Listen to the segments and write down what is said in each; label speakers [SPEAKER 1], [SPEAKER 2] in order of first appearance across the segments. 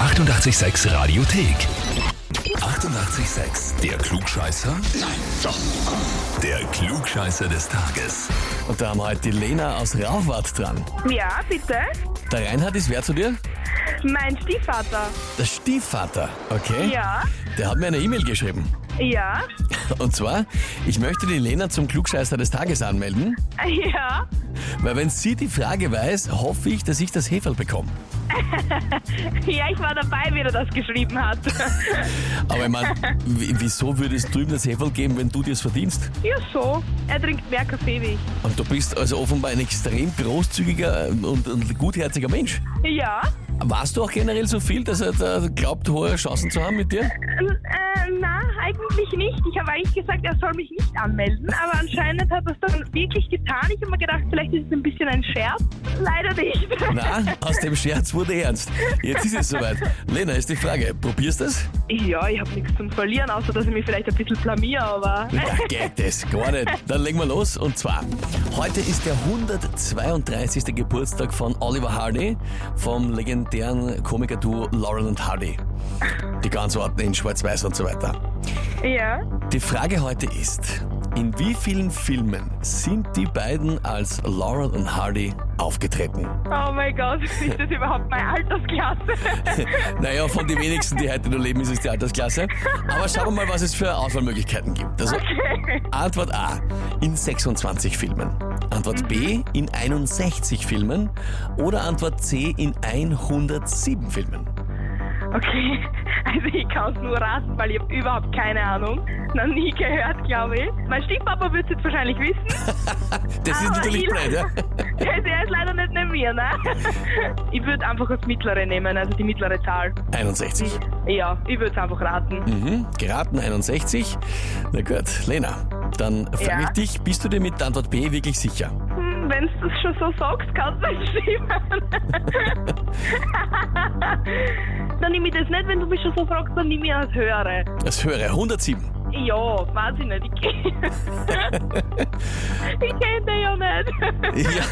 [SPEAKER 1] 886 Radiothek. 88,6. Der Klugscheißer? Nein, doch. Der Klugscheißer des Tages.
[SPEAKER 2] Und da haben wir heute die Lena aus Raufwart dran.
[SPEAKER 3] Ja, bitte.
[SPEAKER 2] Der Reinhard ist wer zu dir?
[SPEAKER 3] Mein Stiefvater.
[SPEAKER 2] Der Stiefvater, okay?
[SPEAKER 3] Ja.
[SPEAKER 2] Der hat mir eine E-Mail geschrieben.
[SPEAKER 3] Ja.
[SPEAKER 2] Und zwar, ich möchte die Lena zum Klugscheißer des Tages anmelden,
[SPEAKER 3] Ja.
[SPEAKER 2] weil wenn sie die Frage weiß, hoffe ich, dass ich das Heferl bekomme.
[SPEAKER 3] Ja, ich war dabei, wie er das geschrieben hat.
[SPEAKER 2] Aber ich meine, w- wieso würde es drüben das Heferl geben, wenn du dir es verdienst?
[SPEAKER 3] ja, so. Er trinkt mehr Kaffee wie
[SPEAKER 2] Und du bist also offenbar ein extrem großzügiger und, und gutherziger Mensch.
[SPEAKER 3] ich. Ja.
[SPEAKER 2] Warst du auch generell so viel, dass er da glaubt, hohe Chancen zu haben mit dir?
[SPEAKER 3] Ähm, Äh, na, eigentlich nicht. Ich habe eigentlich gesagt, er soll mich nicht anmelden, aber anscheinend hat er es dann wirklich getan. Ich habe mir gedacht, vielleicht ist es ein bisschen ein Scherz. Leider nicht.
[SPEAKER 2] Na, aus dem Scherz wurde ernst. Jetzt ist es soweit. Lena, ist die Frage, probierst du es?
[SPEAKER 3] Ja, ich habe nichts zum Verlieren, außer dass ich mich vielleicht ein bisschen blamier, aber.
[SPEAKER 2] Na, geht es, gar nicht. Dann legen wir los und zwar, heute ist der 132. Geburtstag von Oliver Hardy, vom legendären Komikerduo Laurel und Hardy. Die ganzen Orten in Schwarz-Weiß und so weiter.
[SPEAKER 3] Ja.
[SPEAKER 2] Die Frage heute ist, in wie vielen Filmen sind die beiden als Laurel und Hardy aufgetreten?
[SPEAKER 3] Oh mein Gott, ist das überhaupt meine Altersklasse?
[SPEAKER 2] Naja, von den wenigsten, die heute noch leben, ist es die Altersklasse. Aber schauen wir mal, was es für Auswahlmöglichkeiten gibt. Also, Antwort A, in 26 Filmen. Antwort B, in 61 Filmen. Oder Antwort C, in 107 Filmen.
[SPEAKER 3] Okay, also ich kann es nur raten, weil ich habe überhaupt keine Ahnung. Noch nie gehört, glaube ich. Mein Stiefpapa wird es jetzt wahrscheinlich wissen.
[SPEAKER 2] Das ist
[SPEAKER 3] aber
[SPEAKER 2] natürlich
[SPEAKER 3] ich-
[SPEAKER 2] blöd, ja?
[SPEAKER 3] Der ist leider nicht neben mir, ne? Ich würde einfach das mittlere nehmen, also die mittlere Zahl.
[SPEAKER 2] 61.
[SPEAKER 3] Ja, ich würde es einfach raten.
[SPEAKER 2] Mhm, geraten 61. Na gut, Lena, dann frage
[SPEAKER 3] Ja.
[SPEAKER 2] ich dich, bist du dir mit der Antwort B wirklich sicher?
[SPEAKER 3] Hm, Wenn du das schon so sagst, kannst du es schreiben. dann nehme ich das nicht, wenn du mich schon so fragst, dann nehme ich das höhere.
[SPEAKER 2] Das höre, 107.
[SPEAKER 3] Ja, weiß ich nicht. Ich, ich kenne den ja nicht.
[SPEAKER 2] Ja.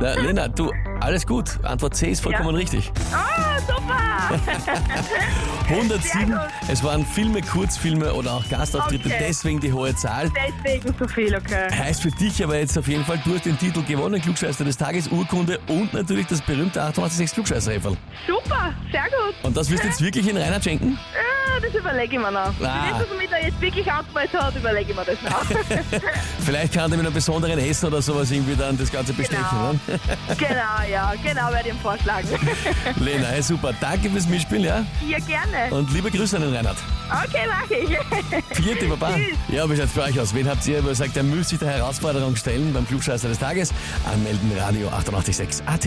[SPEAKER 2] Na, Lena, du, alles gut. Antwort C ist vollkommen richtig.
[SPEAKER 3] Ah, super!
[SPEAKER 2] 107,
[SPEAKER 3] Sehr gut.
[SPEAKER 2] es waren Filme, Kurzfilme oder auch Gastauftritte,
[SPEAKER 3] Okay.
[SPEAKER 2] deswegen die hohe Zahl.
[SPEAKER 3] Deswegen so viel, okay.
[SPEAKER 2] Heißt für dich aber jetzt auf jeden Fall, du hast den Titel gewonnen, Klugscheißer des Tages, Urkunde und natürlich das berühmte 886 klugscheißer -Häferl.
[SPEAKER 3] Super, sehr gut.
[SPEAKER 2] Und das willst du jetzt wirklich in Reinhard schenken?
[SPEAKER 3] Ah, das überlege ich mir noch.
[SPEAKER 2] Ah.
[SPEAKER 3] Wenn das mit da jetzt wirklich ausgemalt hat, überlege ich mir das noch.
[SPEAKER 2] Vielleicht kann er mit einem besonderen Essen oder sowas irgendwie dann das Ganze bestechen.
[SPEAKER 3] Genau.
[SPEAKER 2] Ne?
[SPEAKER 3] genau, ja, genau werde ich ihm vorschlagen.
[SPEAKER 2] Lena, hey, super. Danke fürs Mitspielen, ja?
[SPEAKER 3] ja, gerne.
[SPEAKER 2] Und liebe Grüße an den Reinhard.
[SPEAKER 3] Okay, mache ich.
[SPEAKER 2] Vierte Baba.
[SPEAKER 3] Tschüss.
[SPEAKER 2] Ja, wie schaut's bei euch aus? Wen habt ihr, wo ihr sagt, ihr müsst sich der Herausforderung stellen beim Klugscheißer des Tages? Anmelden Radio 886 AT.